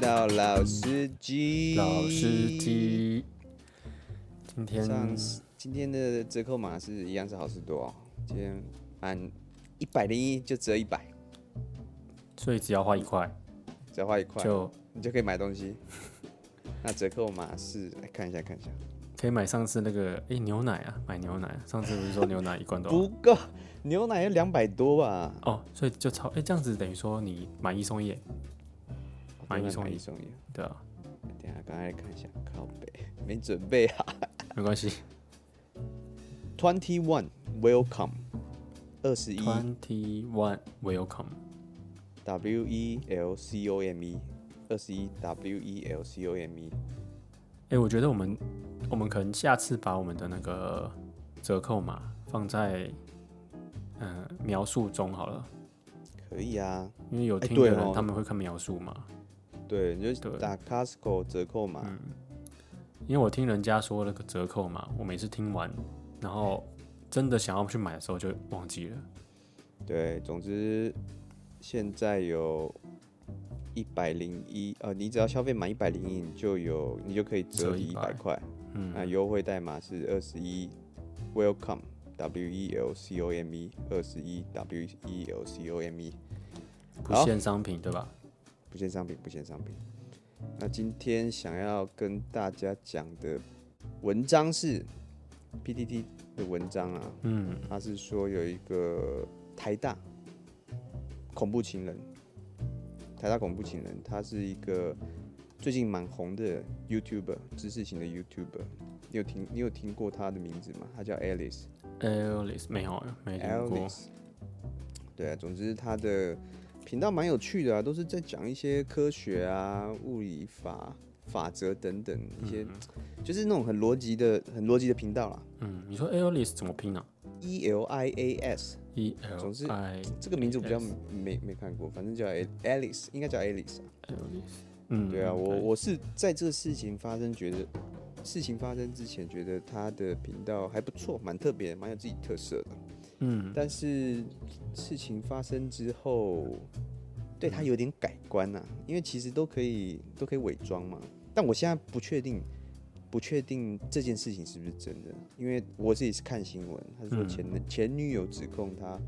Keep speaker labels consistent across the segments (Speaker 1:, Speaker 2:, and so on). Speaker 1: 老司机，
Speaker 2: 老司。机。今天
Speaker 1: 上次今天的折扣码是一样是好事多、哦，今天满一百零一就折一百，
Speaker 2: 所以只要花一块
Speaker 1: 只要花一块，
Speaker 2: 就
Speaker 1: 你就可以买东西。那折扣码是来看一下看一下，
Speaker 2: 可以买上次那个诶、牛奶啊，买牛奶、啊。上次不是说牛奶一罐多
Speaker 1: 不
Speaker 2: 少？
Speaker 1: 够，牛奶要两百多吧？
Speaker 2: 哦，所以就超诶、这样子等于说你买一送一耶，买一送一
Speaker 1: 买一送一。
Speaker 2: 对啊，
Speaker 1: 等一下刚才看一下，靠北没准备啊。
Speaker 2: 没关系。
Speaker 1: Twenty one welcome，二十一
Speaker 2: Twenty one welcome，
Speaker 1: W E L C O M E，二十一 W E L C O M E。
Speaker 2: 诶、我觉得我们我们可能下次把我们的那个折扣码放在嗯、呃描述中好了，
Speaker 1: 可以啊，
Speaker 2: 因为有
Speaker 1: 诶
Speaker 2: 听
Speaker 1: 对
Speaker 2: 的人、
Speaker 1: 哦
Speaker 2: 他们会看描述嘛。
Speaker 1: 对，嗯你就
Speaker 2: 对
Speaker 1: 打 Costco 折扣码，
Speaker 2: 因为我听人家说那个折扣嘛，我每次听完，然后真的想要去买的时候就忘记了。
Speaker 1: 对，总之现在有一百零一，呃，你只要消费满一百零一，你就有，你就可以折
Speaker 2: 折
Speaker 1: 抵一百
Speaker 2: 100
Speaker 1: 块。
Speaker 2: 嗯
Speaker 1: 那优惠代码是二十一 Welcome W E L C O M E，二十一 W E L C O M E，
Speaker 2: 不限商品对吧？
Speaker 1: 不限商品，不限商品。那今天想要跟大家讲的文章是 PTT 的文章啊，
Speaker 2: 嗯，
Speaker 1: 他是说有一个台大恐怖情人，台大恐怖情人，他是一个最近蛮红的 YouTuber，知识型的 YouTuber。你有听你有听过他的名字吗？他叫 Alice。
Speaker 2: Alice 没有没听过
Speaker 1: Alice。对啊，总之他的频道蛮有趣的啊，都是在讲一些科学啊、物理法法则等等一些，就是那种很逻辑的、很逻辑的频道啦。
Speaker 2: 嗯，你说 Alice 怎么拼啊
Speaker 1: E L I A S
Speaker 2: ？E
Speaker 1: 总
Speaker 2: L
Speaker 1: 之
Speaker 2: I
Speaker 1: 这个名字我比较没没看过，反正叫 A- Alice，应该叫 Alice 啊。
Speaker 2: Alice。嗯，
Speaker 1: 对啊，我我是在这个事情发生，觉得事情发生之前，觉得他的频道还不错，蛮特别，蛮有自己特色的。
Speaker 2: 嗯，
Speaker 1: 但是事情发生之后，对他有点改观呐、因为其实都可以都可以伪装嘛。但我现在不确定，不确定这件事情是不是真的，因为我自己是看新闻，他说
Speaker 2: 嗯
Speaker 1: 前、前女友指控他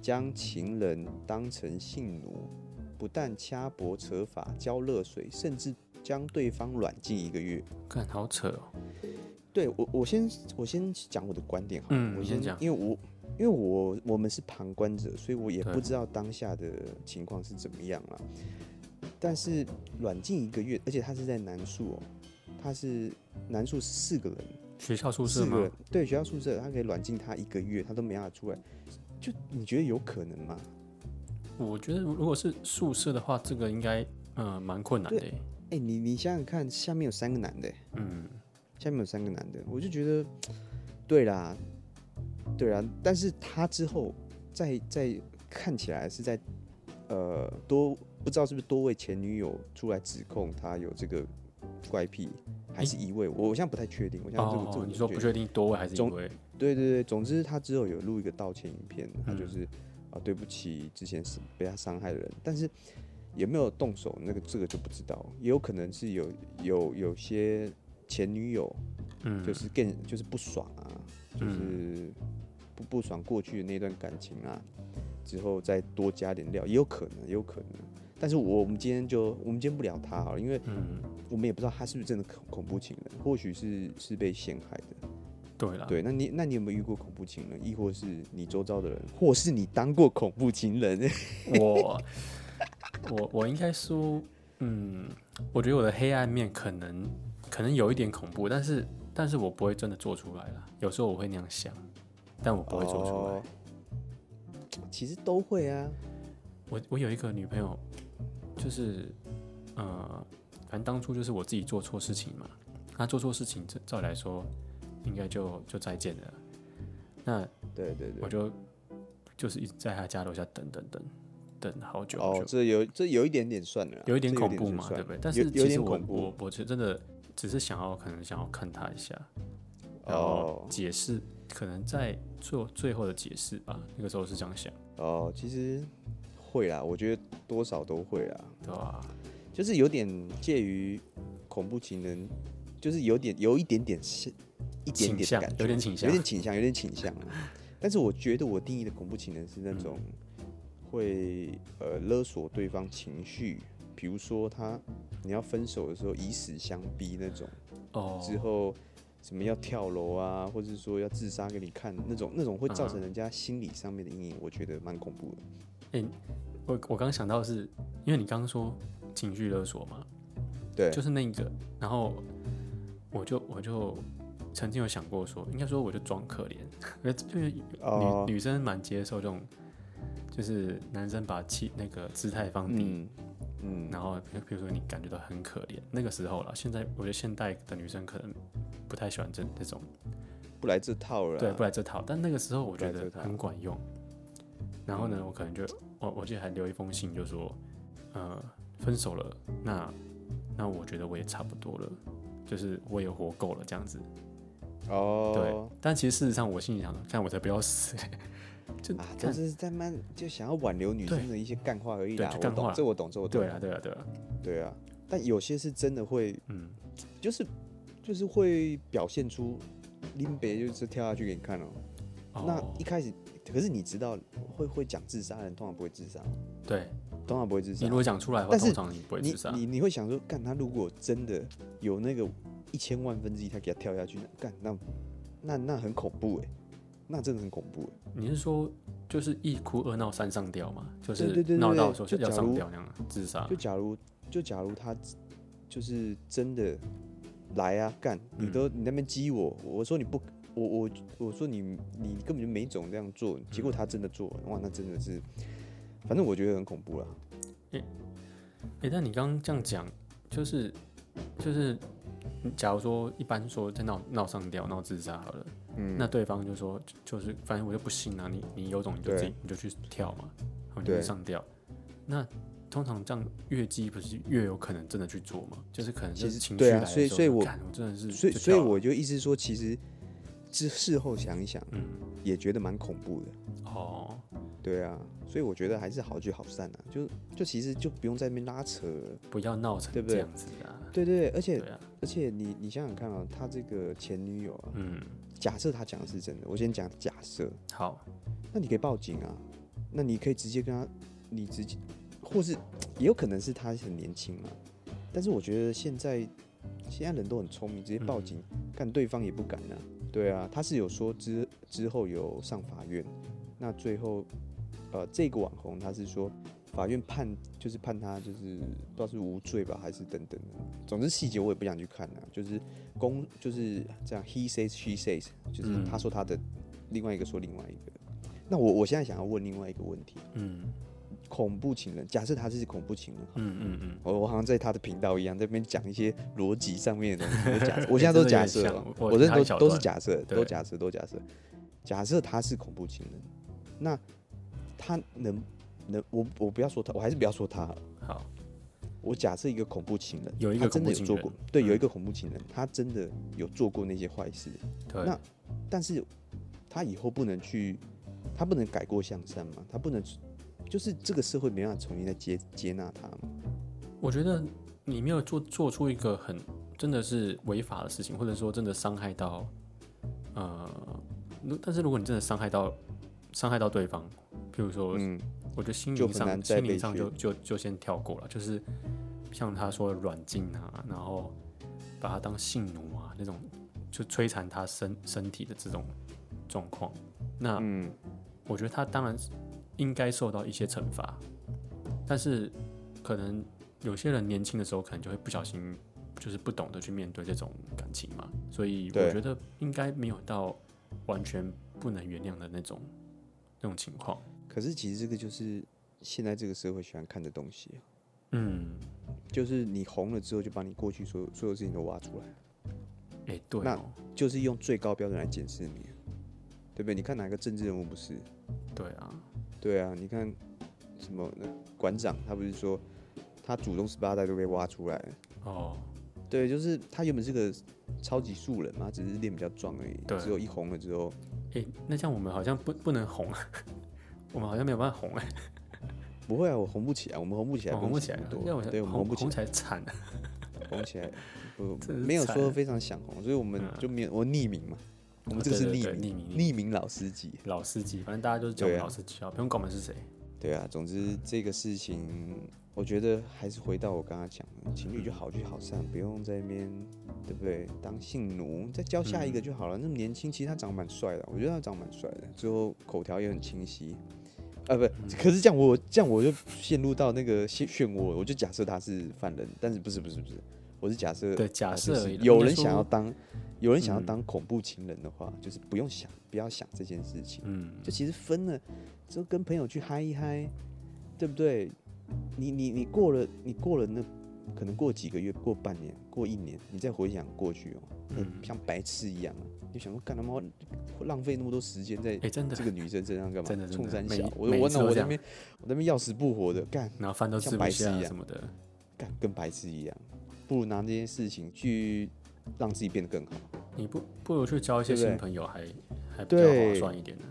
Speaker 1: 将情人当成性奴，不但掐脖扯发、浇热水，甚至将对方软禁一个月。
Speaker 2: 看好扯哦。
Speaker 1: 对我，我先我先讲我的观点好了，
Speaker 2: 嗯
Speaker 1: 我
Speaker 2: 你先讲
Speaker 1: 因为我因为我我们是旁观者，所以我也
Speaker 2: 对
Speaker 1: 不知道当下的情况是怎么样了。但是软禁一个月，而且他是在南宿哦，他是南宿是四个人，
Speaker 2: 学校宿舍
Speaker 1: 四个
Speaker 2: 吗
Speaker 1: 人？对学校宿舍，他可以软禁他一个月，他都没办法出来。就你觉得有可能吗？
Speaker 2: 我觉得如果是宿舍的话，这个应该嗯蛮困难的耶。
Speaker 1: 哎、你你想想看，下面有三个男的欸，
Speaker 2: 嗯，
Speaker 1: 下面有三个男的，我就觉得，对啦，对啦，但是他之后再再看起来是在呃多不知道是不是多位前女友出来指控他有这个怪癖，还是一位，我我现在不太确定，我现在这个、这
Speaker 2: 哦
Speaker 1: 个，
Speaker 2: 你说
Speaker 1: 不
Speaker 2: 不
Speaker 1: 确定
Speaker 2: 确定多位还是一
Speaker 1: 总
Speaker 2: 位？
Speaker 1: 对对对，总之他之后有录一个道歉影片，他
Speaker 2: 嗯
Speaker 1: 就是啊、对不起之前是被他伤害的人，但是有没有动手那个这个就不知道，也有可能是有有有些前女友
Speaker 2: 嗯，
Speaker 1: 就是更就是不爽啊，就是不不爽过去的那段感情啊，之后再多加点料，也有可能，也有可能。但是我我们今天就我们今天不聊他好了，因为
Speaker 2: 嗯，
Speaker 1: 我们也不知道他是不是真的恐恐怖情人，或许是是被陷害的。
Speaker 2: 对了，
Speaker 1: 对，那你那你有没有遇过恐怖情人，亦或是你周遭的人，或是你当过恐怖情人？
Speaker 2: 我我我应该说，嗯，我觉得我的黑暗面可能可能有一点恐怖，但是但是我不会真的做出来啦。有时候我会那样想，但我不会做出来。
Speaker 1: 哦其实都会啊，
Speaker 2: 我我有一个女朋友，就是呃，反正当初就是我自己做错事情嘛。她做错事情，这照理来说应该就就再见了。那
Speaker 1: 对对对
Speaker 2: 我。就就是一直在她家楼下等等等等好久好久
Speaker 1: 哦，这有这有一点点算了啊，
Speaker 2: 有一点
Speaker 1: 这
Speaker 2: 恐怖
Speaker 1: 就
Speaker 2: 嘛，
Speaker 1: 算
Speaker 2: 对
Speaker 1: 了
Speaker 2: 不对？但
Speaker 1: 有
Speaker 2: 是
Speaker 1: 有
Speaker 2: 其实
Speaker 1: 点
Speaker 2: 我
Speaker 1: 恐怖
Speaker 2: 我我是真的只是想要可能想要看他一下，然后
Speaker 1: 哦
Speaker 2: 解释，可能在做最后的解释吧。那个时候是这样想，
Speaker 1: 哦，其实会啦，我觉得多少都会啦。
Speaker 2: 啊对吧？
Speaker 1: 就是有点介于恐怖情人，就是有点有一点点是一点
Speaker 2: 倾
Speaker 1: 点的
Speaker 2: 向
Speaker 1: 感觉，
Speaker 2: 有点倾向
Speaker 1: 有，点倾向，有点倾向啊。但是我觉得我定义的恐怖情人是那种
Speaker 2: 嗯
Speaker 1: 会呃勒索对方情绪，比如说他你要分手的时候以死相逼那种，
Speaker 2: 哦，
Speaker 1: 之后什么要跳楼啊，或者是说要自杀给你看那种，那种会
Speaker 2: 嗯
Speaker 1: 造成人家心理上面的阴影，我觉得蛮恐怖的。
Speaker 2: 我我刚想到的是，因为你刚刚说情绪勒索嘛，
Speaker 1: 对，
Speaker 2: 就是那个，然后我就我就曾经有想过说，应该说我就装可怜，就是女、
Speaker 1: 哦
Speaker 2: 女生蛮接受这种，就是男生把气那个姿态放低，
Speaker 1: 嗯嗯，
Speaker 2: 然后比比如说你感觉到很可怜，那个时候了。现在我觉得现代的女生可能不太喜欢这这种，
Speaker 1: 不来这套了啦。啊
Speaker 2: 对，不来这套。但那个时候我觉
Speaker 1: 不来
Speaker 2: 得
Speaker 1: 这套
Speaker 2: 很管用。然后呢，我可能就我我记得还留一封信，就说，呃，分手了，那那我觉得我也差不多了，就是我也活够了这样子。
Speaker 1: 哦
Speaker 2: 对，，但其实事实上我心里想的，看我才不要死， 就
Speaker 1: 啊，
Speaker 2: 看
Speaker 1: 都是在慢就想要挽留女生的一些干话而已啦。
Speaker 2: 对就
Speaker 1: 我
Speaker 2: 干话
Speaker 1: 懂，这我懂，这我懂。
Speaker 2: 对啊，对啊，对啊，
Speaker 1: 对啊，但有些是真的会，
Speaker 2: 嗯，
Speaker 1: 就是就是会表现出林北就是跳下去给你看哦。那
Speaker 2: 哦
Speaker 1: 一，开始，可是你知道会会讲自杀的人通常不会自杀，
Speaker 2: 对
Speaker 1: 通常不会自
Speaker 2: 你
Speaker 1: 杀
Speaker 2: 如。果讲出来的话，
Speaker 1: 啊但是
Speaker 2: 通常你不会
Speaker 1: 你
Speaker 2: 自杀。
Speaker 1: 你你会想说，干他如果真的有那个一千万分之一，他给他跳下去，干那那那很恐怖哎、那真的很恐怖哎、
Speaker 2: 你是说就是一哭二闹三上吊嘛？就
Speaker 1: 对对
Speaker 2: 是
Speaker 1: 对对
Speaker 2: 闹到
Speaker 1: 对
Speaker 2: 说
Speaker 1: 就
Speaker 2: 要
Speaker 1: 假
Speaker 2: 上
Speaker 1: 如
Speaker 2: 吊那样，自杀
Speaker 1: 就。假如就假如他就是真的来啊干，你
Speaker 2: 嗯
Speaker 1: 都你那边激我，我说你不，我我我说你你根本就没种这样做，结
Speaker 2: 嗯
Speaker 1: 果他真的做，哇，那真的是，反正我觉得很恐怖啦。
Speaker 2: 哎、但你刚刚这样讲，就是就是，假如说一般说在闹闹上吊、闹自杀好了，
Speaker 1: 嗯
Speaker 2: 那对方就说就就是反正我就不信啊，你你有种你就
Speaker 1: 对
Speaker 2: 自己你就去跳嘛，然后你就去
Speaker 1: 对
Speaker 2: 上吊。那通常这样越激不是越有可能真的去做嘛？就是可能就
Speaker 1: 其
Speaker 2: 是
Speaker 1: 实
Speaker 2: 情绪
Speaker 1: 对啊
Speaker 2: 来的
Speaker 1: 所以
Speaker 2: 时候
Speaker 1: 所以
Speaker 2: 就
Speaker 1: 我
Speaker 2: 干我真的是
Speaker 1: 所以
Speaker 2: 就
Speaker 1: 所以
Speaker 2: 跳了啊
Speaker 1: 我就意思说，其实这事后想一想，
Speaker 2: 嗯
Speaker 1: 也觉得蛮恐怖的。
Speaker 2: 哦
Speaker 1: 对啊，所以我觉得还是好聚好散啊，就就其实就不用在那边拉扯了。
Speaker 2: 不要闹成
Speaker 1: 对不
Speaker 2: 这
Speaker 1: 对
Speaker 2: 样子啊，
Speaker 1: 对对，而且
Speaker 2: 对啊，
Speaker 1: 而且你你想想看啊，他这个前女友啊，
Speaker 2: 嗯，
Speaker 1: 假设他讲的是真的，我先讲假设，
Speaker 2: 好，
Speaker 1: 那你可以报警啊，那你可以直接跟他，你直接，或是也有可能是他很年轻嘛，但是我觉得现在现在人都很聪明，直接
Speaker 2: 嗯
Speaker 1: 报警，看对方也不敢啊。对啊，他是有说之之后有上法院，那最后呃这个网红他是说法院判就是判他就是不知道是无罪吧还是等等的，总之细节我也不想去看啊，就是公就是这样 he says she says，就是
Speaker 2: 嗯
Speaker 1: 他说他的，另外一个说另外一个。那我我现在想要问另外一个问题：
Speaker 2: 嗯
Speaker 1: 恐怖情人，假设他是恐怖情人，
Speaker 2: 嗯嗯嗯。
Speaker 1: 我我好像在他的频道一样，在那边讲一些逻辑上面的东西。我假设，我现在都是假设哦，
Speaker 2: 我
Speaker 1: 我这
Speaker 2: 我
Speaker 1: 都都是
Speaker 2: 假，
Speaker 1: 假设，
Speaker 2: 对
Speaker 1: 都假设，都假设。假设他是恐怖情人，那他能能我我不要说他，我还是不要说他。
Speaker 2: 好，
Speaker 1: 我假设一个恐怖情人，
Speaker 2: 有一个
Speaker 1: 他真的有
Speaker 2: 恐怖情
Speaker 1: 做过
Speaker 2: 人，
Speaker 1: 对，
Speaker 2: 嗯
Speaker 1: 有一个恐怖情人，他真的有做过那些坏事，
Speaker 2: 对，
Speaker 1: 那但是他以后不能去，他不能改过向善嘛，他不能，就是这个社会没办法重新再接接纳他嘛。
Speaker 2: 我觉得你没有做做出一个很真的是违法的事情，或者说真的伤害到，呃，如但是如果你真的伤害到伤害到对方，譬如说，
Speaker 1: 嗯，
Speaker 2: 我觉得心
Speaker 1: 就
Speaker 2: 灵
Speaker 1: 很
Speaker 2: 上
Speaker 1: 难再
Speaker 2: 心灵
Speaker 1: 被
Speaker 2: 上
Speaker 1: 去
Speaker 2: 就就就先跳过了，就是像他说的软禁啊，然后把他当性奴啊那种，就摧残他身身体的这种状况，那
Speaker 1: 嗯，
Speaker 2: 我觉得他当然应该受到一些惩罚，但是可能有些人年轻的时候可能就会不小心，就是不懂得去面对这种感情嘛，所以我
Speaker 1: 对
Speaker 2: 觉得应该没有到完全不能原谅的那种那种情况。
Speaker 1: 可是其实这个就是现在这个社会喜欢看的东西啊，
Speaker 2: 嗯，
Speaker 1: 就是你红了之后就把你过去所有所有事情都挖出来，
Speaker 2: 哎、对
Speaker 1: 那
Speaker 2: 哦，
Speaker 1: 就是用最高标准来检视你，啊对不对？你看哪个政治人物不是？
Speaker 2: 对啊，
Speaker 1: 对啊，你看什么那馆长，他不是说他祖宗十八代都被挖出来了。
Speaker 2: 哦，
Speaker 1: 对，就是他原本是个超级素人嘛，只是练比较壮而已。
Speaker 2: 对
Speaker 1: 只有一红了之后，
Speaker 2: 啊 哎、那这样我们好像不不能红，我们好像没有办法红哎、
Speaker 1: 不会啊，我红不起来，我们红不起来，
Speaker 2: 哦
Speaker 1: 不
Speaker 2: 红
Speaker 1: 用
Speaker 2: 不起
Speaker 1: 想
Speaker 2: 来
Speaker 1: 那么
Speaker 2: 了，
Speaker 1: 多
Speaker 2: 让我想
Speaker 1: 对，我们
Speaker 2: 红
Speaker 1: 红不起
Speaker 2: 红
Speaker 1: 来，
Speaker 2: 起来惨。啊
Speaker 1: 红起 来，不
Speaker 2: 真是
Speaker 1: 没有
Speaker 2: 惨啊
Speaker 1: 说非常想红，所以我们就没有我匿名嘛，我们
Speaker 2: 哦
Speaker 1: 这个是
Speaker 2: 对对
Speaker 1: 匿
Speaker 2: 对
Speaker 1: 名，
Speaker 2: 匿名
Speaker 1: 匿名老司机，
Speaker 2: 老司机，反正大家都是叫我
Speaker 1: 对
Speaker 2: 们
Speaker 1: 啊
Speaker 2: 老司机啊，不用管我们是谁。
Speaker 1: 对啊，总之这个事情，我觉得还是回到我刚刚讲的，情侣就好聚好散，不用在那边，对不对？当性奴，再教下一个就好了。那么年轻，其实他长得蛮帅的，我觉得他长得蛮帅的，最后口条也很清晰。啊，不， 可是这样我这样我就陷入到那个漩漩涡，我就假设他是犯人，但是不是不是不是，我是假设
Speaker 2: 对假
Speaker 1: 他
Speaker 2: 设
Speaker 1: 就是
Speaker 2: 而已啦应
Speaker 1: 有
Speaker 2: 该
Speaker 1: 人想要
Speaker 2: 说
Speaker 1: 当有人想要
Speaker 2: 嗯
Speaker 1: 当恐怖情人的话，就是不用想，不要想这件事情。
Speaker 2: 嗯，
Speaker 1: 就其实分了，就跟朋友去嗨一嗨，对不对？你你你过了，你过了那可能过几个月，过半年，过一年，你再回想过去哦，那
Speaker 2: 嗯
Speaker 1: 像白痴一样啊！你想说干他妈浪费那么多时间在
Speaker 2: 哎，真的
Speaker 1: 这，个女生身上干嘛？
Speaker 2: 真的真
Speaker 1: 冲
Speaker 2: 的
Speaker 1: 三
Speaker 2: 每
Speaker 1: 小，我
Speaker 2: 每一
Speaker 1: 我
Speaker 2: 次
Speaker 1: 那
Speaker 2: 都
Speaker 1: 我
Speaker 2: 这
Speaker 1: 在那
Speaker 2: 样
Speaker 1: 边我在那边要死不活的干
Speaker 2: 然后饭都
Speaker 1: 像
Speaker 2: 吃不
Speaker 1: 白痴
Speaker 2: 下
Speaker 1: 一样
Speaker 2: 什么的，
Speaker 1: 干，跟白痴一样，不如拿这些事情去让自己变得更好，
Speaker 2: 你不不如去交一些
Speaker 1: 对不对
Speaker 2: 新朋友还，还比较划
Speaker 1: 对
Speaker 2: 算一点呢。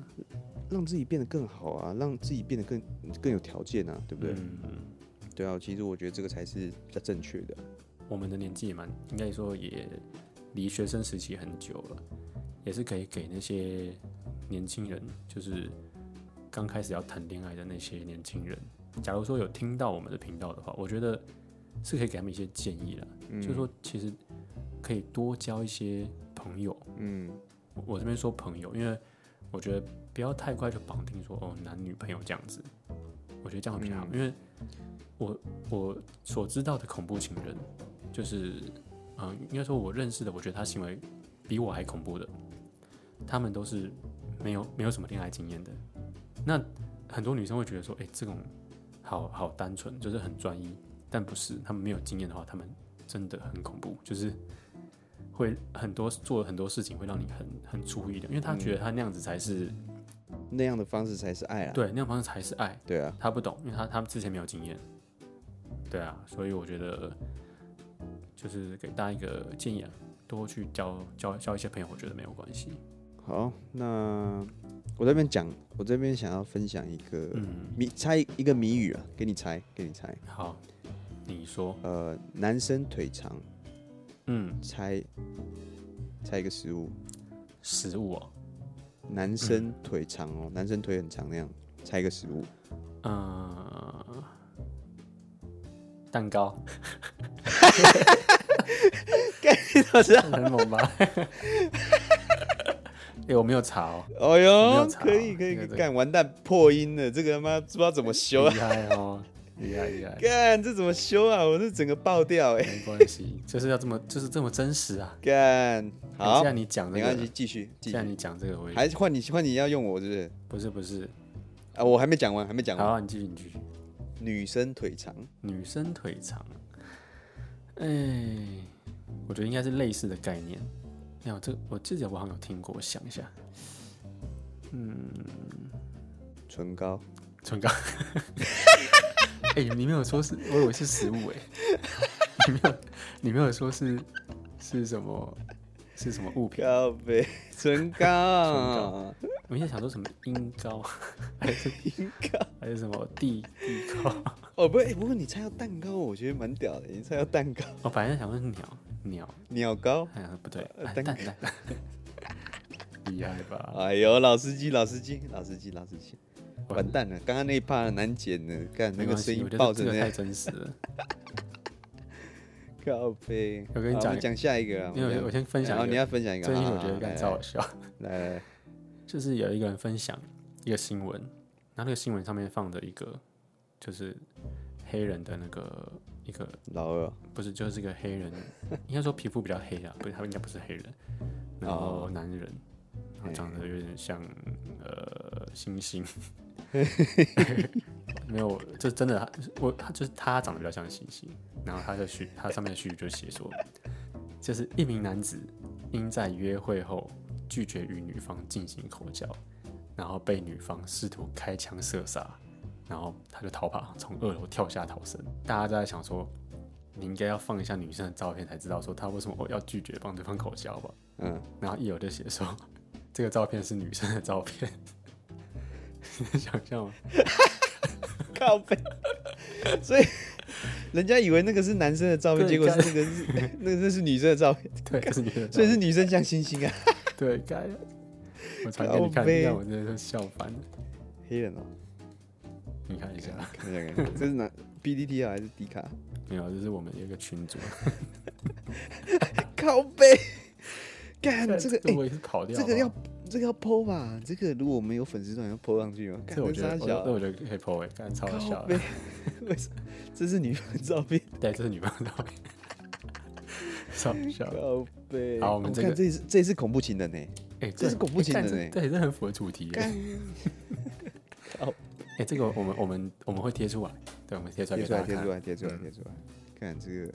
Speaker 1: 让自己变得更好啊，让自己变得更更有条件啊，对不对？
Speaker 2: 嗯，
Speaker 1: 对啊，其实我觉得这个才是比较正确的。
Speaker 2: 我们的年纪也蛮，应该说也离学生时期很久了，也是可以给那些年轻人，就是刚开始要谈恋爱的那些年轻人，假如说有听到我们的频道的话，我觉得是可以给他们一些建议啦。就是说，其实可以多交一些朋友。
Speaker 1: 嗯，
Speaker 2: 我我这边说朋友，因为我觉得不要太快就绑定说哦男女朋友这样子，我觉得这样会比较好，因为我我所知道的恐怖情人，就是嗯、应该说我认识的，我觉得他行为比我还恐怖的，他们都是没有没有什么恋爱经验的。那很多女生会觉得说，哎、这种好好单纯，就是很专一，但不是，他们没有经验的话，他们真的很恐怖，就是会很多做很多事情会让你很很注意的，因为他觉得他那样子才是、
Speaker 1: 那样的方式才是爱啊。
Speaker 2: 对，那样方式才是爱，
Speaker 1: 对啊，
Speaker 2: 他不懂，因为他他们之前没有经验，对啊，所以我觉得就是给大家一个建议啊，多去交交交一些朋友，我觉得没有关系，
Speaker 1: 好，那我这边讲，我这边想要分享一个
Speaker 2: 嗯，
Speaker 1: 谜，猜一个谜语啊，给你猜，给你猜。
Speaker 2: 好，你说，
Speaker 1: 呃，男生腿长，
Speaker 2: 嗯，
Speaker 1: 猜猜一个食物。
Speaker 2: 食物哦，
Speaker 1: 男生腿长哦，男生腿很长那样，猜一个食物。
Speaker 2: 嗯，蛋糕，
Speaker 1: 我知道。
Speaker 2: 很猛吧？ 哎、我没有查哦，
Speaker 1: 哎
Speaker 2: 没
Speaker 1: 呦
Speaker 2: 有，查
Speaker 1: 可以可以，可
Speaker 2: 这个
Speaker 1: 以
Speaker 2: 这个
Speaker 1: 干完蛋破音了，这个他妈不知道怎么修啊！
Speaker 2: 厉害哦，厉害厉害，
Speaker 1: 干这怎么修啊？我这整个爆掉哎、
Speaker 2: 没关系，就是要这么，就是这么真实啊。
Speaker 1: 干好
Speaker 2: 既，哎然你讲这
Speaker 1: 没关系，
Speaker 2: 个，
Speaker 1: 继续继
Speaker 2: 既然
Speaker 1: 续。
Speaker 2: 你讲这个，我也
Speaker 1: 还是换你换你要用我是不是？
Speaker 2: 不是不是，
Speaker 1: 啊，我还没讲完，还没讲
Speaker 2: 好
Speaker 1: 完。
Speaker 2: 啊，你继续你继续。
Speaker 1: 女生腿长，
Speaker 2: 女生腿长，哎、我觉得应该是类似的概念。没有这个，我记得我好像有听过，我想一下，
Speaker 1: 唇膏，
Speaker 2: 唇膏。哎、你没有说是，我以为是食物哎、 你没有，你没有说是是什么是什么物品？
Speaker 1: 靠背，唇膏，
Speaker 2: 我现在想说什么音 高，还是
Speaker 1: 唇膏。
Speaker 2: 还是什么地地 高？
Speaker 1: 哦，不会，不过你猜到蛋糕，我觉得蛮屌的。你猜到蛋糕，
Speaker 2: 我本来在想说是鸟鸟，
Speaker 1: 鸟糕。
Speaker 2: 哎呀不对，
Speaker 1: 呃
Speaker 2: 哎
Speaker 1: 蛋
Speaker 2: 蛋蛋， 厉害吧？
Speaker 1: 哎呦，老司机，老司机，老司机，老司机，
Speaker 2: 完
Speaker 1: 完蛋了！刚刚那一趴很难剪呢，干那
Speaker 2: 没
Speaker 1: 个
Speaker 2: 关
Speaker 1: 声
Speaker 2: 系，
Speaker 1: 音
Speaker 2: 我觉
Speaker 1: 爆
Speaker 2: 得
Speaker 1: 成
Speaker 2: 这个
Speaker 1: 那
Speaker 2: 太
Speaker 1: 样，
Speaker 2: 真实了。
Speaker 1: 靠背。
Speaker 2: 我跟你
Speaker 1: 好
Speaker 2: 讲
Speaker 1: 们讲下一个啊，
Speaker 2: 因为我我先分享
Speaker 1: 然后
Speaker 2: 一
Speaker 1: 你
Speaker 2: 个
Speaker 1: 要分享一个，啊哎
Speaker 2: 最近
Speaker 1: 好
Speaker 2: 我觉得
Speaker 1: 好
Speaker 2: 干
Speaker 1: 来
Speaker 2: 超好笑，
Speaker 1: 来来来，
Speaker 2: 就是有一个人分享一个新闻，然后那个新闻上面放着一个就是黑人的那个一个
Speaker 1: 老二，
Speaker 2: 不是就是一个黑人，应该说皮肤比较黑啊，不是他应该不是黑人，然后
Speaker 1: 哦
Speaker 2: 男人，然后长得有点像呃猩猩，没有，这真的他我他就是他长得比较像猩猩，然后他的序他上面的序就写说，就是一名男子因在约会后拒绝与女方进行口交，然后被女方试图开枪射杀。然后他就逃跑，从二楼跳下逃生。大家都在想说，你应该要放一下女生的照片，才知道说她为什么要拒绝帮对方口交吧。
Speaker 1: 嗯，
Speaker 2: 然后一友就写说，这 个照片是女生的照片，你能想象吗？
Speaker 1: 靠靠背， 所以人家以为那个是男生的照片，
Speaker 2: 对
Speaker 1: 结果是那个是 那个是女生的照 片，
Speaker 2: 对，是女的照
Speaker 1: 所以
Speaker 2: 片，
Speaker 1: 是女生像星星啊，
Speaker 2: 对，该。我传给你
Speaker 1: 靠
Speaker 2: 看，
Speaker 1: 背
Speaker 2: 你看我真的是笑翻了。
Speaker 1: 黑人哦，
Speaker 2: 你看一下，
Speaker 1: 看一下看一下，这是哪 B D T 啊还是迪卡？
Speaker 2: 没有，这是我们有一个群主，
Speaker 1: 靠背，干这 个哎、
Speaker 2: 我也是跑掉
Speaker 1: 这
Speaker 2: 了。
Speaker 1: 个要这个要 PO 吧？这个如果我们有粉丝团要 PO 上去吗？干
Speaker 2: 这我
Speaker 1: 这
Speaker 2: 觉得，
Speaker 1: 傻
Speaker 2: 我
Speaker 1: 小
Speaker 2: 这我觉得可以 po 哎，干超好笑
Speaker 1: 靠
Speaker 2: 的
Speaker 1: 背。， 为什么？这是女朋友照片，
Speaker 2: 对，这是女朋友照片， 超好笑的。
Speaker 1: 靠背。
Speaker 2: 好我们这个
Speaker 1: 看这是这是恐怖情人呢、
Speaker 2: 哎，
Speaker 1: 这是恐怖情人
Speaker 2: 哎
Speaker 1: 哎
Speaker 2: 干这对，这很符合主题耶。
Speaker 1: 干靠
Speaker 2: 哎，这个我们我们我们会贴出来，对，我们贴出来
Speaker 1: 贴
Speaker 2: 给
Speaker 1: 出
Speaker 2: 大
Speaker 1: 来，
Speaker 2: 家
Speaker 1: 贴出
Speaker 2: 看。
Speaker 1: 来，贴出来，
Speaker 2: 嗯
Speaker 1: 贴出来。啊看这个，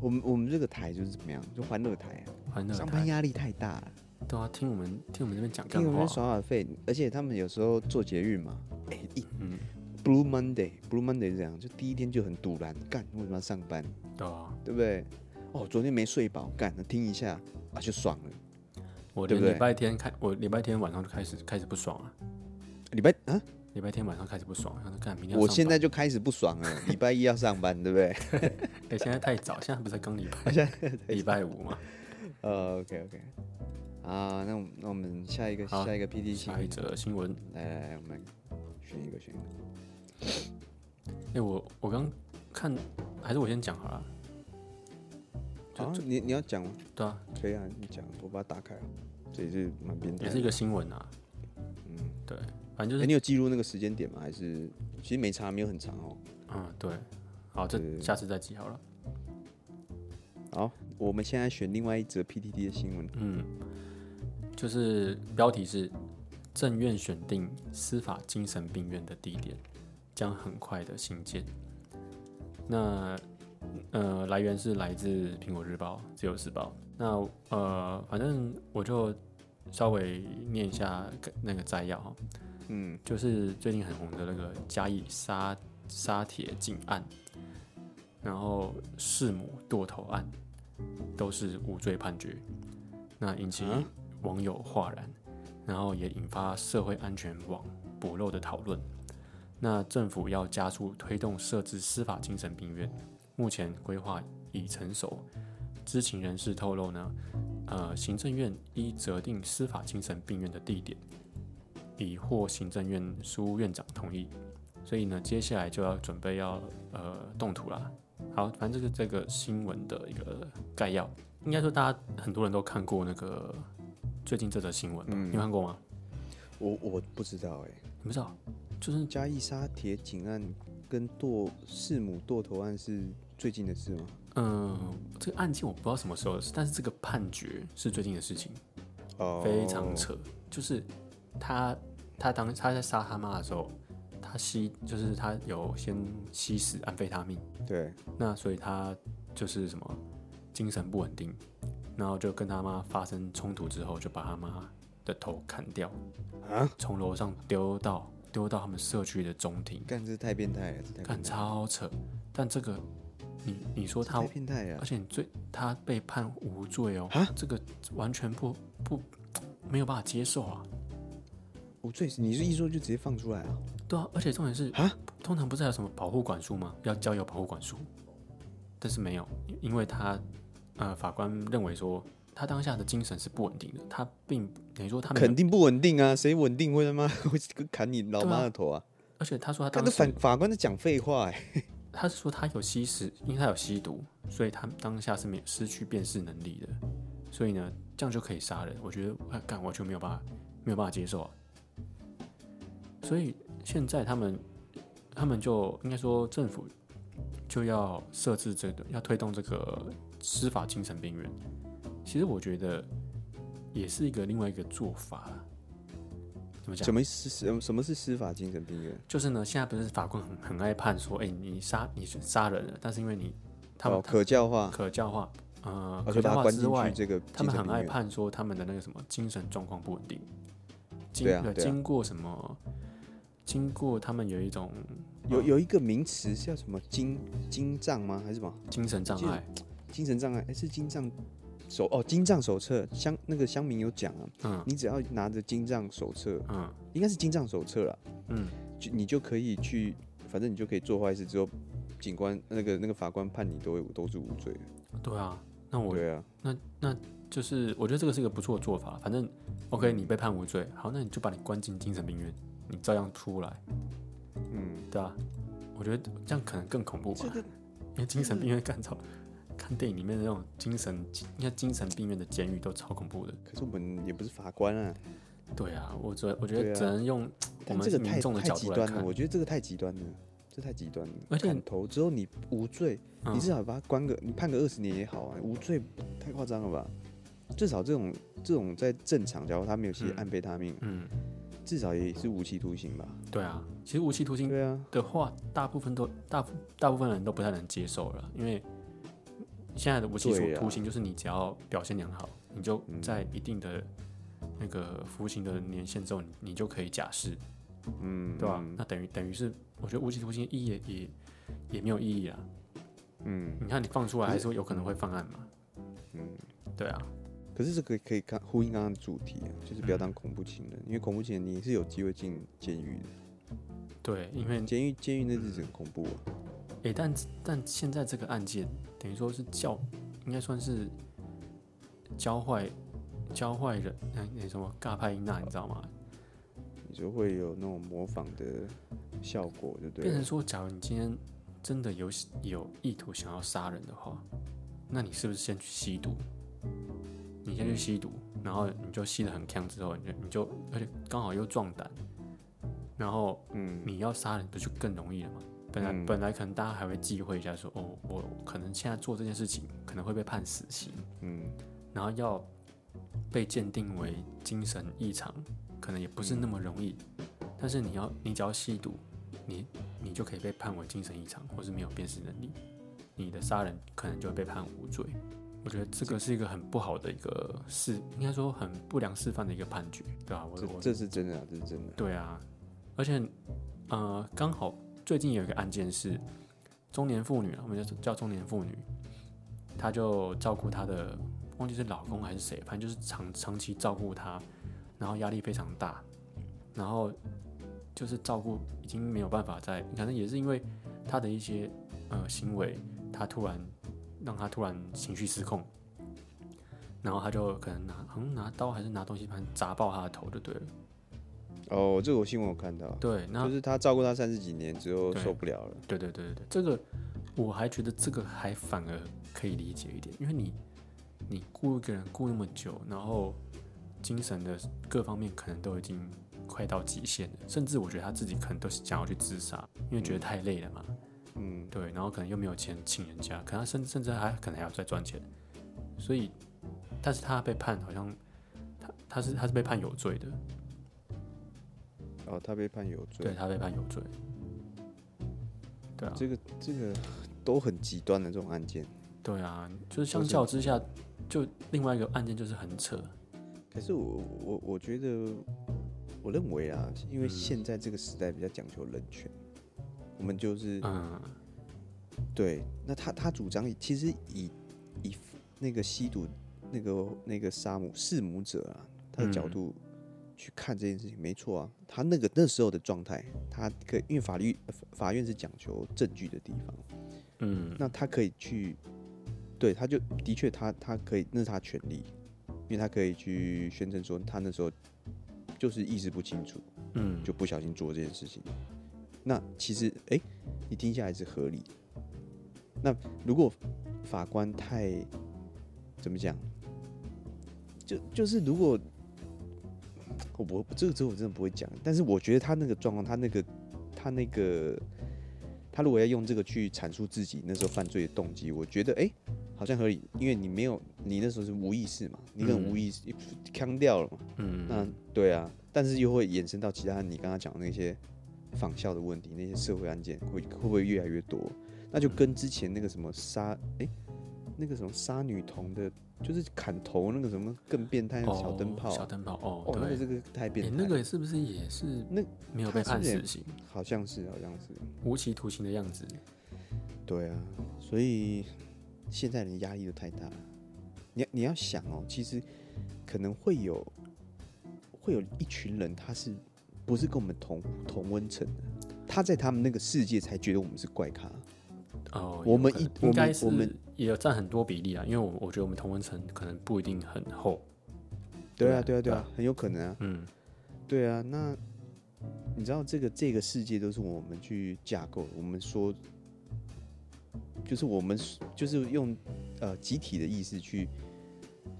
Speaker 1: 我们我们这个台就是怎么样，就欢乐台啊，
Speaker 2: 欢乐
Speaker 1: 上班
Speaker 2: 台，
Speaker 1: 压力太大了，
Speaker 2: 对啊，听我们听我们这边讲干
Speaker 1: 听我们
Speaker 2: 话，
Speaker 1: 耍耍废，而且他们有时候做节日嘛，哎、一
Speaker 2: 嗯，
Speaker 1: Blue Monday，Blue Monday 是这样，就第一天就很堵然，干为什么要上班，
Speaker 2: 对啊，
Speaker 1: 对不对？哦，昨天没睡饱，干听一下啊就爽了。
Speaker 2: 我
Speaker 1: 对
Speaker 2: 连
Speaker 1: 不
Speaker 2: 礼
Speaker 1: 对
Speaker 2: 拜天开，我礼拜天晚上就开始开始不爽了，
Speaker 1: 礼拜啊，
Speaker 2: 礼拜天晚上开始不爽，然后干明天要
Speaker 1: 我
Speaker 2: 上
Speaker 1: 现在
Speaker 2: 班
Speaker 1: 就开始不爽了， 礼拜一要上班，对不 对？
Speaker 2: 哎，现在太早，现在不是刚礼 拜礼拜五嘛？
Speaker 1: 呃，OK OK，啊，那我们那我们下一个
Speaker 2: 好
Speaker 1: 下一个 PT 新
Speaker 2: 下一
Speaker 1: 闻，
Speaker 2: 则新闻，
Speaker 1: 来来来，我们选一个选一个。
Speaker 2: 哎，我我刚看，还是我先讲好了，就
Speaker 1: 啊，你你要讲吗？
Speaker 2: 对啊，
Speaker 1: 可以啊，你讲，我把它打开啊。这也是蛮变态
Speaker 2: 也
Speaker 1: 的。
Speaker 2: 是一个新闻啊，嗯，对，反正就
Speaker 1: 哎
Speaker 2: 是
Speaker 1: 你有记录那个时间点吗？还是其实没差，没有很长哦。
Speaker 2: 嗯，对，好，这
Speaker 1: 对
Speaker 2: 下次再记好了。
Speaker 1: 好，我们现在选另外一则 PTT 的新闻。
Speaker 2: 嗯，就是标题是“政院选定司法精神病院的地点，将很快的兴建”。那呃，来源是来自《苹果日报》《自由时报》那。呃，反正我就稍微念一下那个摘要哈。
Speaker 1: 嗯，
Speaker 2: 就是最近很红的那个嘉义沙沙铁禁案，然后弑母堕头案，都是无罪判决，那引起
Speaker 1: 啊
Speaker 2: 网友哗然，然后也引发社会安全网补漏的讨论。那政府要加速推动设置司法精神病院，目前规划已成熟。知情人士透露呢，呃，行政院依责定司法精神病院的地点。已获行政院苏院长同意，所以呢，接下来就要准备要呃动土啦。好，反正这是这个新闻的一个概要，应该说大家很多人都看过那个最近这则新闻吧？
Speaker 1: 嗯
Speaker 2: 你有看过吗？
Speaker 1: 我我不知道哎、
Speaker 2: 你不知道，就是
Speaker 1: 嘉义沙铁警案跟堕弑母堕头案是最近的事吗？
Speaker 2: 嗯、这个案件我不知道什么时候的事，但是这个判决是最近的事情，
Speaker 1: 哦
Speaker 2: 非常扯。就是他他当他在杀他妈的时候，他吸就是他有先吸食安非他命。
Speaker 1: 对，
Speaker 2: 那所以他就是什么精神不稳定，然后就跟他妈发生冲突之后，就把他妈的头砍掉，
Speaker 1: 啊，
Speaker 2: 从楼上丢到丢到他们社区的中庭，
Speaker 1: 干这太变态了，这太
Speaker 2: 干
Speaker 1: 变态
Speaker 2: 超扯。但这个你你说
Speaker 1: 这
Speaker 2: 他
Speaker 1: 太，变态了
Speaker 2: 而，且你最他被判无罪哦
Speaker 1: 啊，
Speaker 2: 这个完全不不没有办法接受啊。
Speaker 1: 我最你是一说就直接放出来啊？
Speaker 2: 对啊，而且重点是
Speaker 1: 啊，
Speaker 2: 通常不是还有什么保护管束吗？要交由保护管束，但是没有，因因为他呃，法官认为说他当下的精神是不稳定的，他并等于说他没有
Speaker 1: 肯，定不稳定啊，谁稳定会他妈 会砍你老妈的头啊？
Speaker 2: 而且他说他
Speaker 1: 看
Speaker 2: 当
Speaker 1: 这
Speaker 2: 时
Speaker 1: 反法官在讲废话哎、
Speaker 2: 他是说他有吸食，因为他有吸毒，所以他当下是没有失去辨识能力的，所以呢，这样就可以杀人，我觉得啊，干完全没有办法没有办法接受啊，所以现在他们他们就应该说政府就要设置这个，要推动这个司法精神病院。其实我觉得也是一个另外一个做法啦。怎么讲
Speaker 1: 什？么是什么什么是司法精神病院？
Speaker 2: 就是呢，现在不是法官很很爱判说，哎、你杀你是杀人了，但是因为你他们、
Speaker 1: 哦、可教化，
Speaker 2: 可教化，呃，
Speaker 1: 哦，
Speaker 2: 可
Speaker 1: 就把
Speaker 2: 教
Speaker 1: 他
Speaker 2: 化
Speaker 1: 关进
Speaker 2: 之外
Speaker 1: 去，这个
Speaker 2: 他们很爱
Speaker 1: 怕
Speaker 2: 判说他们的那个什么精神状况不稳定，经
Speaker 1: 对啊
Speaker 2: 呃
Speaker 1: 对啊
Speaker 2: 经过什么，经过他们有一种嗯
Speaker 1: 有有一个名词叫什么精精障吗？还是什么
Speaker 2: 精神障
Speaker 1: 记得
Speaker 2: 碍，
Speaker 1: 精神障碍？哎，是精障手哦，精障手册乡那个乡民有讲啊，
Speaker 2: 嗯
Speaker 1: 你只要拿着精障手册，
Speaker 2: 嗯
Speaker 1: 应该是精障手册啦，
Speaker 2: 嗯，
Speaker 1: 就你就可以去反正你就可以做坏事之后，警官那个那个法官判你都都是无罪的。
Speaker 2: 对啊，那我
Speaker 1: 对啊，
Speaker 2: 那那就是我觉得这个是一个不错的做法。反正 OK，你被判无罪，好，那你就把你关进精神病院，你照样出来，
Speaker 1: 嗯，
Speaker 2: 对啊，我觉得这样可能更恐怖吧
Speaker 1: 这，个
Speaker 2: 因为精神病院干超，看电影里面的那种精神，应该精神病院的监狱都超恐怖的。
Speaker 1: 可是我们也不是法官啊，
Speaker 2: 对啊，我只我觉
Speaker 1: 对
Speaker 2: 得
Speaker 1: 啊
Speaker 2: 只能用我
Speaker 1: 但
Speaker 2: 们
Speaker 1: 这个
Speaker 2: 民
Speaker 1: 太
Speaker 2: 众的
Speaker 1: 太
Speaker 2: 角
Speaker 1: 极
Speaker 2: 度来
Speaker 1: 端
Speaker 2: 看嗯
Speaker 1: 了，，我觉得这个太极端了，这太极端了。
Speaker 2: 而且
Speaker 1: 砍头之后你无罪，
Speaker 2: 嗯
Speaker 1: 你至少把他关个，你判个二十年也好啊，无罪太夸张了吧？至少这种这种在正常，假如他没有吸
Speaker 2: 嗯
Speaker 1: 安非他命，
Speaker 2: 嗯，
Speaker 1: 至少也是无期徒刑吧？
Speaker 2: 对啊，其实无期徒刑
Speaker 1: 对啊，
Speaker 2: 的话，大部分都大部大部分人都不太能接受了，因为现在的无期
Speaker 1: 对啊
Speaker 2: 徒徒刑就是你只要表现良好，你就
Speaker 1: 嗯
Speaker 2: 在一定的那个服刑的年限之后，你你就可以假释，
Speaker 1: 嗯，
Speaker 2: 对吧、啊
Speaker 1: 嗯
Speaker 2: 那等于等于是，我觉得无期徒刑意义也也也没有意义啊。
Speaker 1: 嗯
Speaker 2: 你看你放出来，
Speaker 1: 可
Speaker 2: 还
Speaker 1: 是
Speaker 2: 是有可能会犯案嘛？
Speaker 1: 嗯。
Speaker 2: 对啊，
Speaker 1: 可是这个可以看呼应刚刚的主题啊，就是不要当恐怖情人，因为恐怖情人你是有机会进监狱的，
Speaker 2: 对，因为
Speaker 1: 监狱监狱那日子很恐怖啊。
Speaker 2: 诶、但但现在这个案件等于说是教，应该算是教坏教坏人，那、那什么尬派英娜，你知道吗？
Speaker 1: 你就会有那种模仿的效果，对不对
Speaker 2: 变成
Speaker 1: 了？
Speaker 2: 说，假如你今天真的有有意图想要杀人的话，那你是不是先去吸毒？你先去吸毒，然后你就吸得很呛之后，你就你就而且刚好又壮胆，然后
Speaker 1: 嗯，
Speaker 2: 你要杀人不就更容易了吗？本来、
Speaker 1: 嗯
Speaker 2: 本来可能大家还会忌讳一下说，哦，我可能现在做这件事情可能会被判死刑，
Speaker 1: 嗯，
Speaker 2: 然后要被鉴定为精神异常，可能也不是那么容易。但是你要，你只要吸毒，你你就可以被判为精神异常，或是没有辨识能力，你的杀人可能就会被判无罪。我觉得这个是一个很不好的一个示，应该说很不良示范的一个判决，对吧、我
Speaker 1: 这
Speaker 2: 我
Speaker 1: 这是真的啊，这是真的。
Speaker 2: 对啊，而且呃，刚好最近有一个案件是中年妇女啊，我们就叫中年妇女，她就照顾她的，忘记是老公还是谁，反正就是长长期照顾她，然后压力非常大，然后就是照顾已经没有办法再，可能也是因为她的一些呃行为，她突然让她突然情绪失控。然后她就可能拿，好像拿刀还是拿东西，反正砸爆她的头就对了。
Speaker 1: 哦，这个我新闻有看到，
Speaker 2: 对，那
Speaker 1: 就是他照顾他三十几年之后
Speaker 2: 对
Speaker 1: 受不了了。
Speaker 2: 对对对对对，这个我还觉得这个还反而可以理解一点，因为你你雇一个人雇那么久，然后精神的各方面可能都已经快到极限了，甚至我觉得他自己可能都是想要去自杀，因为觉得太累了嘛。
Speaker 1: 嗯，
Speaker 2: 对，然后可能又没有钱请人家，可能他甚甚至还可能还要再赚钱，所以，但是他被判好像他他是他是被判有罪的，
Speaker 1: 哦，他被判有
Speaker 2: 对
Speaker 1: 罪，
Speaker 2: 他被判有罪。对啊，
Speaker 1: 这个这个都很极端的这种案件。
Speaker 2: 对啊，就是相
Speaker 1: 就是
Speaker 2: 较之下，就另外一个案件就是很扯。
Speaker 1: 可是我我我觉得，我认为啊，因为
Speaker 2: 嗯
Speaker 1: 现在这个时代比较讲求人权，我们就是
Speaker 2: 嗯，
Speaker 1: 对，那他他主张其实以以那个吸毒那个那个杀母弑母者啊，他的角
Speaker 2: 嗯
Speaker 1: 度去看这件事情，没错啊。他那个那时候的状态，他可以因为法律呃法院是讲求证据的地方，
Speaker 2: 嗯，
Speaker 1: 那他可以去，对，他就的确他他可以，那是他权利，因为他可以去宣称说他那时候就是意识不清楚，
Speaker 2: 嗯，
Speaker 1: 就不小心做这件事情。那其实，哎、你听下来是合理的。那如果法官太怎么讲，就就是如果我不这个这个我真的不会讲，但是我觉得他那个状况，他那个他那个他如果要用这个去阐述自己那时候犯罪的动机，我觉得哎、诶好像合理，因为你没有你那时候是无意识嘛，你可能无意识腔掉了嘛，
Speaker 2: 嗯，
Speaker 1: 那对啊，但是又会衍生到其他你刚刚讲的那些仿效的问题，那些社会案件会会不会越来越多？那就
Speaker 2: 嗯
Speaker 1: 跟之前那个什么杀诶，那个什么杀女童的，就是砍头那个什么更变态的
Speaker 2: 哦
Speaker 1: 小灯泡，
Speaker 2: 小灯泡，哦，
Speaker 1: 哦，那
Speaker 2: 对，
Speaker 1: 个这个太变
Speaker 2: 诶
Speaker 1: 态了，
Speaker 2: 那个是不是也是
Speaker 1: 那
Speaker 2: 没有被
Speaker 1: 他是
Speaker 2: 判
Speaker 1: 不是也
Speaker 2: 死刑，
Speaker 1: 好像是好像是，
Speaker 2: 无期徒刑的样子？
Speaker 1: 对啊，所以现在人压力都太大了。你你要想哦，其实可能会有会有一群人，他是不是跟我们同同温层的？他在他们那个世界才觉得我们是怪咖。
Speaker 2: 哦，
Speaker 1: 我
Speaker 2: 有
Speaker 1: 们
Speaker 2: 可
Speaker 1: 一
Speaker 2: 能
Speaker 1: 我
Speaker 2: 应该
Speaker 1: 们
Speaker 2: 是
Speaker 1: 我们
Speaker 2: 也有占很多比例啊，因为我我觉得我们同温层可能不一定很厚，
Speaker 1: 对
Speaker 2: 对
Speaker 1: 啊，
Speaker 2: 啊
Speaker 1: 对啊，对
Speaker 2: 对
Speaker 1: 啊，很有可能啊。
Speaker 2: 嗯，
Speaker 1: 对啊，那你知道这个这个世界都是我们去架构的，我们说，就是我们就是用呃集体的意识去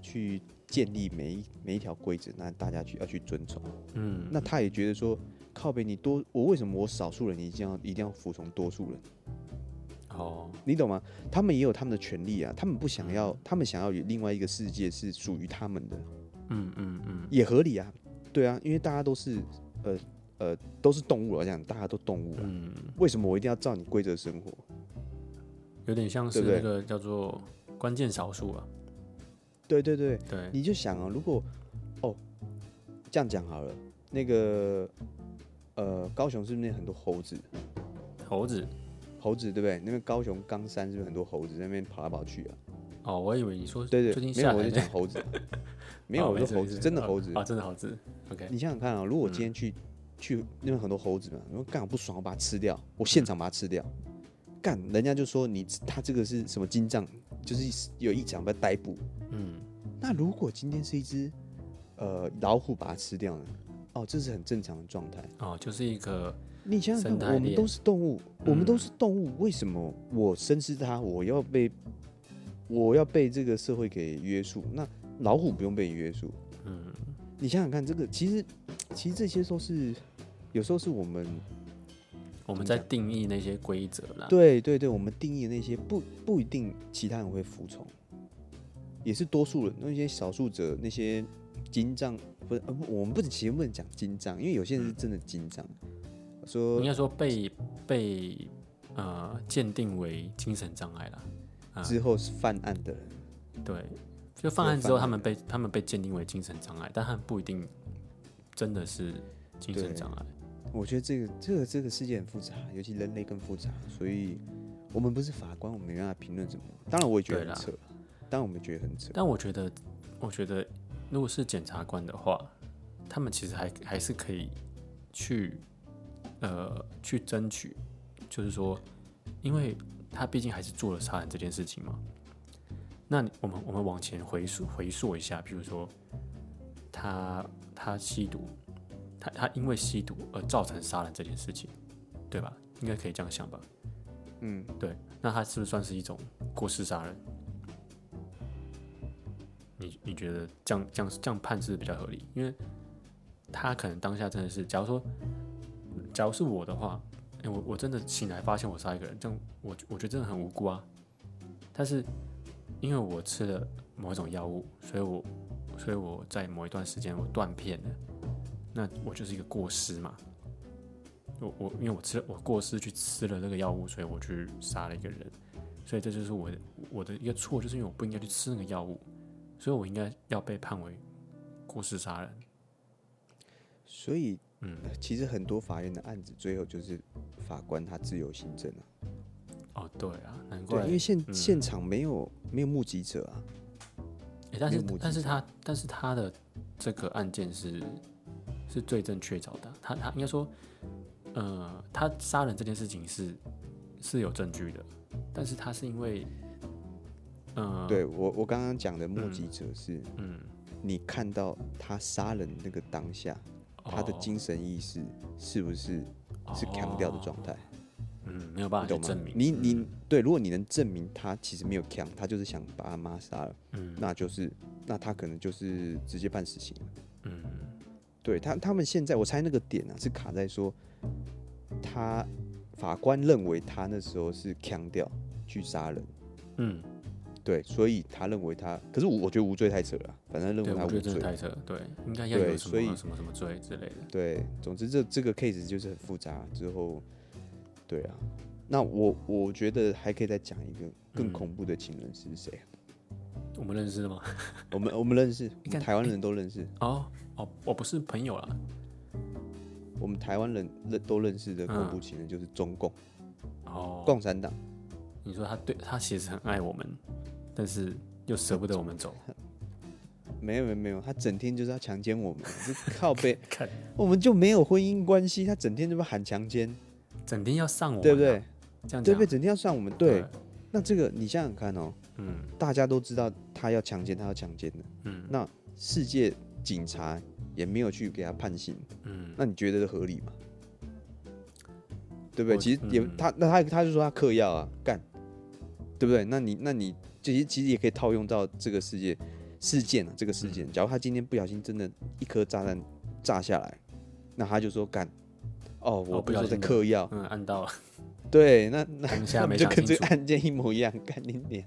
Speaker 1: 去建立每一每一条规则，那大家去要去遵从。
Speaker 2: 嗯，
Speaker 1: 那他也觉得说，靠北你多，我为什么我少数人一定要一定要服从多数人？
Speaker 2: 哦，
Speaker 1: 你懂吗？他们也有他们的权利啊，他们不想要，他们想要有另外一个世界是属于他们的，
Speaker 2: 嗯嗯嗯，
Speaker 1: 也合理啊。对啊，因为大家都是呃呃都是动物啊，这样大家都动物啊、
Speaker 2: 嗯，
Speaker 1: 为什么我一定要照你规则生活？
Speaker 2: 有点像
Speaker 1: 对
Speaker 2: 是
Speaker 1: 不对
Speaker 2: 那个叫做关键少数啊，
Speaker 1: 对对对，
Speaker 2: 对，
Speaker 1: 你就想啊，如果哦这样讲好了，那个呃高雄是不是很多猴子？
Speaker 2: 猴子，
Speaker 1: 猴子对不对？那边高雄冈山是不是很多猴子在那边跑来跑去啊？
Speaker 2: 哦，我以为你说
Speaker 1: 对对，
Speaker 2: 最近
Speaker 1: 没有
Speaker 2: 下
Speaker 1: 我
Speaker 2: 来
Speaker 1: 就
Speaker 2: 的
Speaker 1: 讲猴 子，没有
Speaker 2: 哦
Speaker 1: 我
Speaker 2: 没
Speaker 1: 说
Speaker 2: 事
Speaker 1: 猴
Speaker 2: 没
Speaker 1: 子，
Speaker 2: 事
Speaker 1: 真的猴子。
Speaker 2: 啊，真的猴子，OK，
Speaker 1: 你想想看啊，如果我今天去、去那边很多猴子嘛，然后干我不爽，我把它吃掉，我现场把它吃掉，干人家就说你他这个是什么金藏，就是有异常被逮捕。
Speaker 2: 嗯，
Speaker 1: 那如果今天是一只呃老虎把它吃掉呢？哦，这是很正常的状态。
Speaker 2: 哦，就是一个
Speaker 1: 你想想
Speaker 2: 生
Speaker 1: 看，
Speaker 2: 态
Speaker 1: 我们
Speaker 2: 链
Speaker 1: 都是动物，我们都
Speaker 2: 嗯
Speaker 1: 是动物，为什么我深思它，我要被我要被这个社会给约束？那老虎不用被约束，
Speaker 2: 嗯
Speaker 1: 你想想看，这个其实其实这些都是有时候是我们
Speaker 2: 我们
Speaker 1: 怎
Speaker 2: 在
Speaker 1: 么讲
Speaker 2: 定义那些规则啦，
Speaker 1: 对对对，我们定义的那些不不一定其他人会服从，也是多数人那些少数者那些金帐不是、呃不我们不其实不能讲金帐，因为有些
Speaker 2: 嗯
Speaker 1: 人是真的金帐，说
Speaker 2: 应该说被被呃鉴定为精神障碍啦，啊
Speaker 1: 之后是犯案的人，
Speaker 2: 对，就犯案之后，
Speaker 1: 犯
Speaker 2: 他
Speaker 1: 案
Speaker 2: 们被他们被鉴定为精神障碍，但他们不一定真的是精
Speaker 1: 对
Speaker 2: 神障碍。
Speaker 1: 我觉得这个这个这个世界很复杂，尤其人类更复杂，所以我们不是法官，我们没办法评论什么。当然我也觉得
Speaker 2: 对
Speaker 1: 很
Speaker 2: 啦
Speaker 1: 扯，当然我们觉得很扯，
Speaker 2: 但我觉得，我觉得如果是检察官的话，他们其实还还是可以去呃去争取，就是说，因为他毕竟还是做了杀人这件事情嘛。那你我们我们往前回溯回溯一下，比如说他他吸毒，他他因为吸毒而造成杀人这件事情，对吧？应该可以这样想吧？
Speaker 1: 嗯，
Speaker 2: 对，那他是不是算是一种过失杀人？你你觉得这样这样这样判是比较合理？因为他可能当下真的是，假如说，假如是我的话，诶我我真的醒来发现我杀一个人，这样我我觉得真的很无辜啊。但是因为我吃了某一种药物，所以我所以我在某一段时间我断片了，那我就是一个过失嘛。我我因为我吃了我过失去吃了这个药物，所以我去杀了一个人，所以这就是我的我的一个错，就是因为我不应该去吃那个药物，所以我应该要被判为过失杀人。
Speaker 1: 所以
Speaker 2: 嗯，
Speaker 1: 呃其实很多法院的案子最后就是法官他自由行政啊，
Speaker 2: 哦，对啊，难怪
Speaker 1: 对，。因为现、
Speaker 2: 嗯
Speaker 1: 现场没有没有目击者啊，
Speaker 2: 诶但是
Speaker 1: 没有目击
Speaker 2: 但是他但是他的这个案件是是罪证确凿的啊，他他应该说，呃，他杀人这件事情是是有证据的，但是他是因为，呃，
Speaker 1: 对我我刚刚讲的目击者是、
Speaker 2: 嗯，
Speaker 1: 你看到他杀人那个当下，他的
Speaker 2: 哦
Speaker 1: 精神意识是不是是强调的状态，
Speaker 2: 嗯，没有办
Speaker 1: 你
Speaker 2: 法
Speaker 1: 懂
Speaker 2: 去证
Speaker 1: 吗？
Speaker 2: 明。嗯
Speaker 1: 你你对，如果你能证明他其实没有强，他就是想把他妈杀了，
Speaker 2: 嗯
Speaker 1: 那就是那他可能就是直接判死刑了。
Speaker 2: 嗯
Speaker 1: 对他他们现在我猜那个点啊是卡在说，他法官认为他那时候是强调去杀人。
Speaker 2: 嗯，
Speaker 1: 对，所以他认为他，可是我我觉得无罪太扯了啊，反正认为
Speaker 2: 对，
Speaker 1: 他
Speaker 2: 我
Speaker 1: 无
Speaker 2: 觉得
Speaker 1: 罪
Speaker 2: 真的。太扯了，对，应该要有
Speaker 1: 对
Speaker 2: 什
Speaker 1: 所
Speaker 2: 么
Speaker 1: 以
Speaker 2: 什么什么罪之类的。
Speaker 1: 对，总之这这个 case 就是很复杂。之后，对啊，那我我觉得还可以再讲一个更
Speaker 2: 嗯
Speaker 1: 恐怖的情人是谁啊、
Speaker 2: 我们认识的吗？
Speaker 1: 我们我们认识，我
Speaker 2: 看
Speaker 1: 们台湾人都认识，
Speaker 2: 哦哦，我不是朋友啦。
Speaker 1: 我们台湾人认都认识的恐
Speaker 2: 嗯
Speaker 1: 怖情人就是中共、
Speaker 2: 哦，
Speaker 1: 共产党。
Speaker 2: 你说他对他其实很爱我们，但是又舍不得我们走。
Speaker 1: 没有没有没有，他整天就是要强 奸我们，这靠背
Speaker 2: 看，
Speaker 1: 我们就没有婚姻关系，他整天就不喊强奸。
Speaker 2: 整天要上我们、啊，
Speaker 1: 对不对？
Speaker 2: 这样
Speaker 1: 对
Speaker 2: 讲
Speaker 1: 不对？整天要算我们对。，那这个你想想看哦，
Speaker 2: 嗯
Speaker 1: 大家都知道他要强奸，他要强奸的，
Speaker 2: 嗯
Speaker 1: 那世界警察也没有去给他判刑，
Speaker 2: 嗯，
Speaker 1: 那你觉得合理吗？对不对？
Speaker 2: 我
Speaker 1: 其实也、
Speaker 2: 嗯
Speaker 1: 他那他他就说他嗑药啊，干，对不对？那你那你其实其实也可以套用到这个世界事件啊，这个事件，
Speaker 2: 嗯
Speaker 1: 假如他今天不小心真的一颗炸弹炸下来，那他就说干，哦，我
Speaker 2: 哦
Speaker 1: 不
Speaker 2: 不
Speaker 1: 是
Speaker 2: 小
Speaker 1: 说在
Speaker 2: 心的
Speaker 1: 嗑药，
Speaker 2: 嗯，按到了，
Speaker 1: 对，那那
Speaker 2: 当
Speaker 1: 那
Speaker 2: 下没
Speaker 1: 就
Speaker 2: 想
Speaker 1: 跟
Speaker 2: 清
Speaker 1: 这
Speaker 2: 楚
Speaker 1: 个，案件一模一样，干你脸。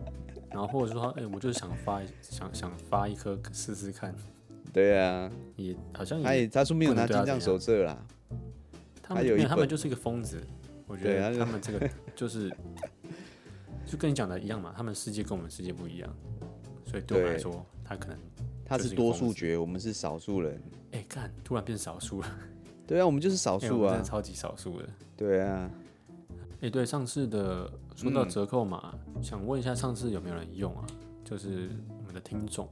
Speaker 2: 然后或者说，哎、我就是想发一想想发一颗试试看，
Speaker 1: 对啊，
Speaker 2: 也好像
Speaker 1: 他
Speaker 2: 也
Speaker 1: 也他说没有
Speaker 2: 不能啊
Speaker 1: 拿
Speaker 2: 对
Speaker 1: 金
Speaker 2: 他
Speaker 1: 帐
Speaker 2: 怎
Speaker 1: 手
Speaker 2: 样
Speaker 1: 册啦，
Speaker 2: 他
Speaker 1: 还
Speaker 2: 们
Speaker 1: 有
Speaker 2: 没
Speaker 1: 一
Speaker 2: 有，他
Speaker 1: 本
Speaker 2: 们就是一个疯子。我觉
Speaker 1: 对他
Speaker 2: 得
Speaker 1: 就
Speaker 2: 他们这个就是，就跟你讲的一样嘛，他们世界跟我们世界不一样，所以对我们来
Speaker 1: 对
Speaker 2: 说，他可能
Speaker 1: 他
Speaker 2: 就是是一个
Speaker 1: 多
Speaker 2: 疯
Speaker 1: 数
Speaker 2: 子
Speaker 1: 决，我们是少数人。
Speaker 2: 哎，看、突然变少数了，
Speaker 1: 对啊，我们就是少
Speaker 2: 哎我
Speaker 1: 数
Speaker 2: 们
Speaker 1: 啊
Speaker 2: 真的。超级少数的。
Speaker 1: 对啊，
Speaker 2: 哎，对，上次的说
Speaker 1: 嗯
Speaker 2: 到折扣码，想问一下上次有没有人用啊？就是我们的听众，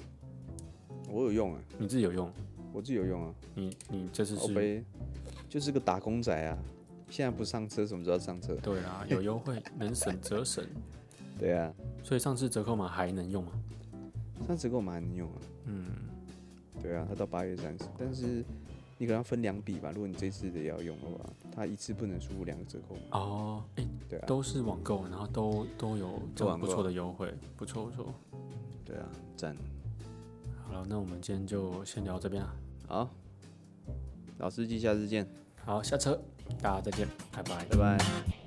Speaker 1: 我有用啊，
Speaker 2: 你自己有用？
Speaker 1: 我自己有用啊。
Speaker 2: 你你这次
Speaker 1: 我
Speaker 2: 是？
Speaker 1: 呗，就是个打工仔啊。现在不上车，什么时候上车？
Speaker 2: 对啊，有优惠，能省则省。
Speaker 1: 对啊，
Speaker 2: 所以上次折扣码还能用吗？
Speaker 1: 上次给我们还能用啊。嗯，对啊，他到八月三十，但是你可能要分两笔吧。如果你这次的也要用的话，他一次不能输入两个折扣嘛。
Speaker 2: 哦，哎、
Speaker 1: 对啊，
Speaker 2: 都是网购，然后都都有这
Speaker 1: 都网
Speaker 2: 种
Speaker 1: 购
Speaker 2: 不错的优惠，不错不错。
Speaker 1: 对啊，赞。
Speaker 2: 好了，那我们今天就先聊到这边了。
Speaker 1: 好，老司机，下次见，
Speaker 2: 好，下车，大家再见，拜拜。
Speaker 1: 拜拜。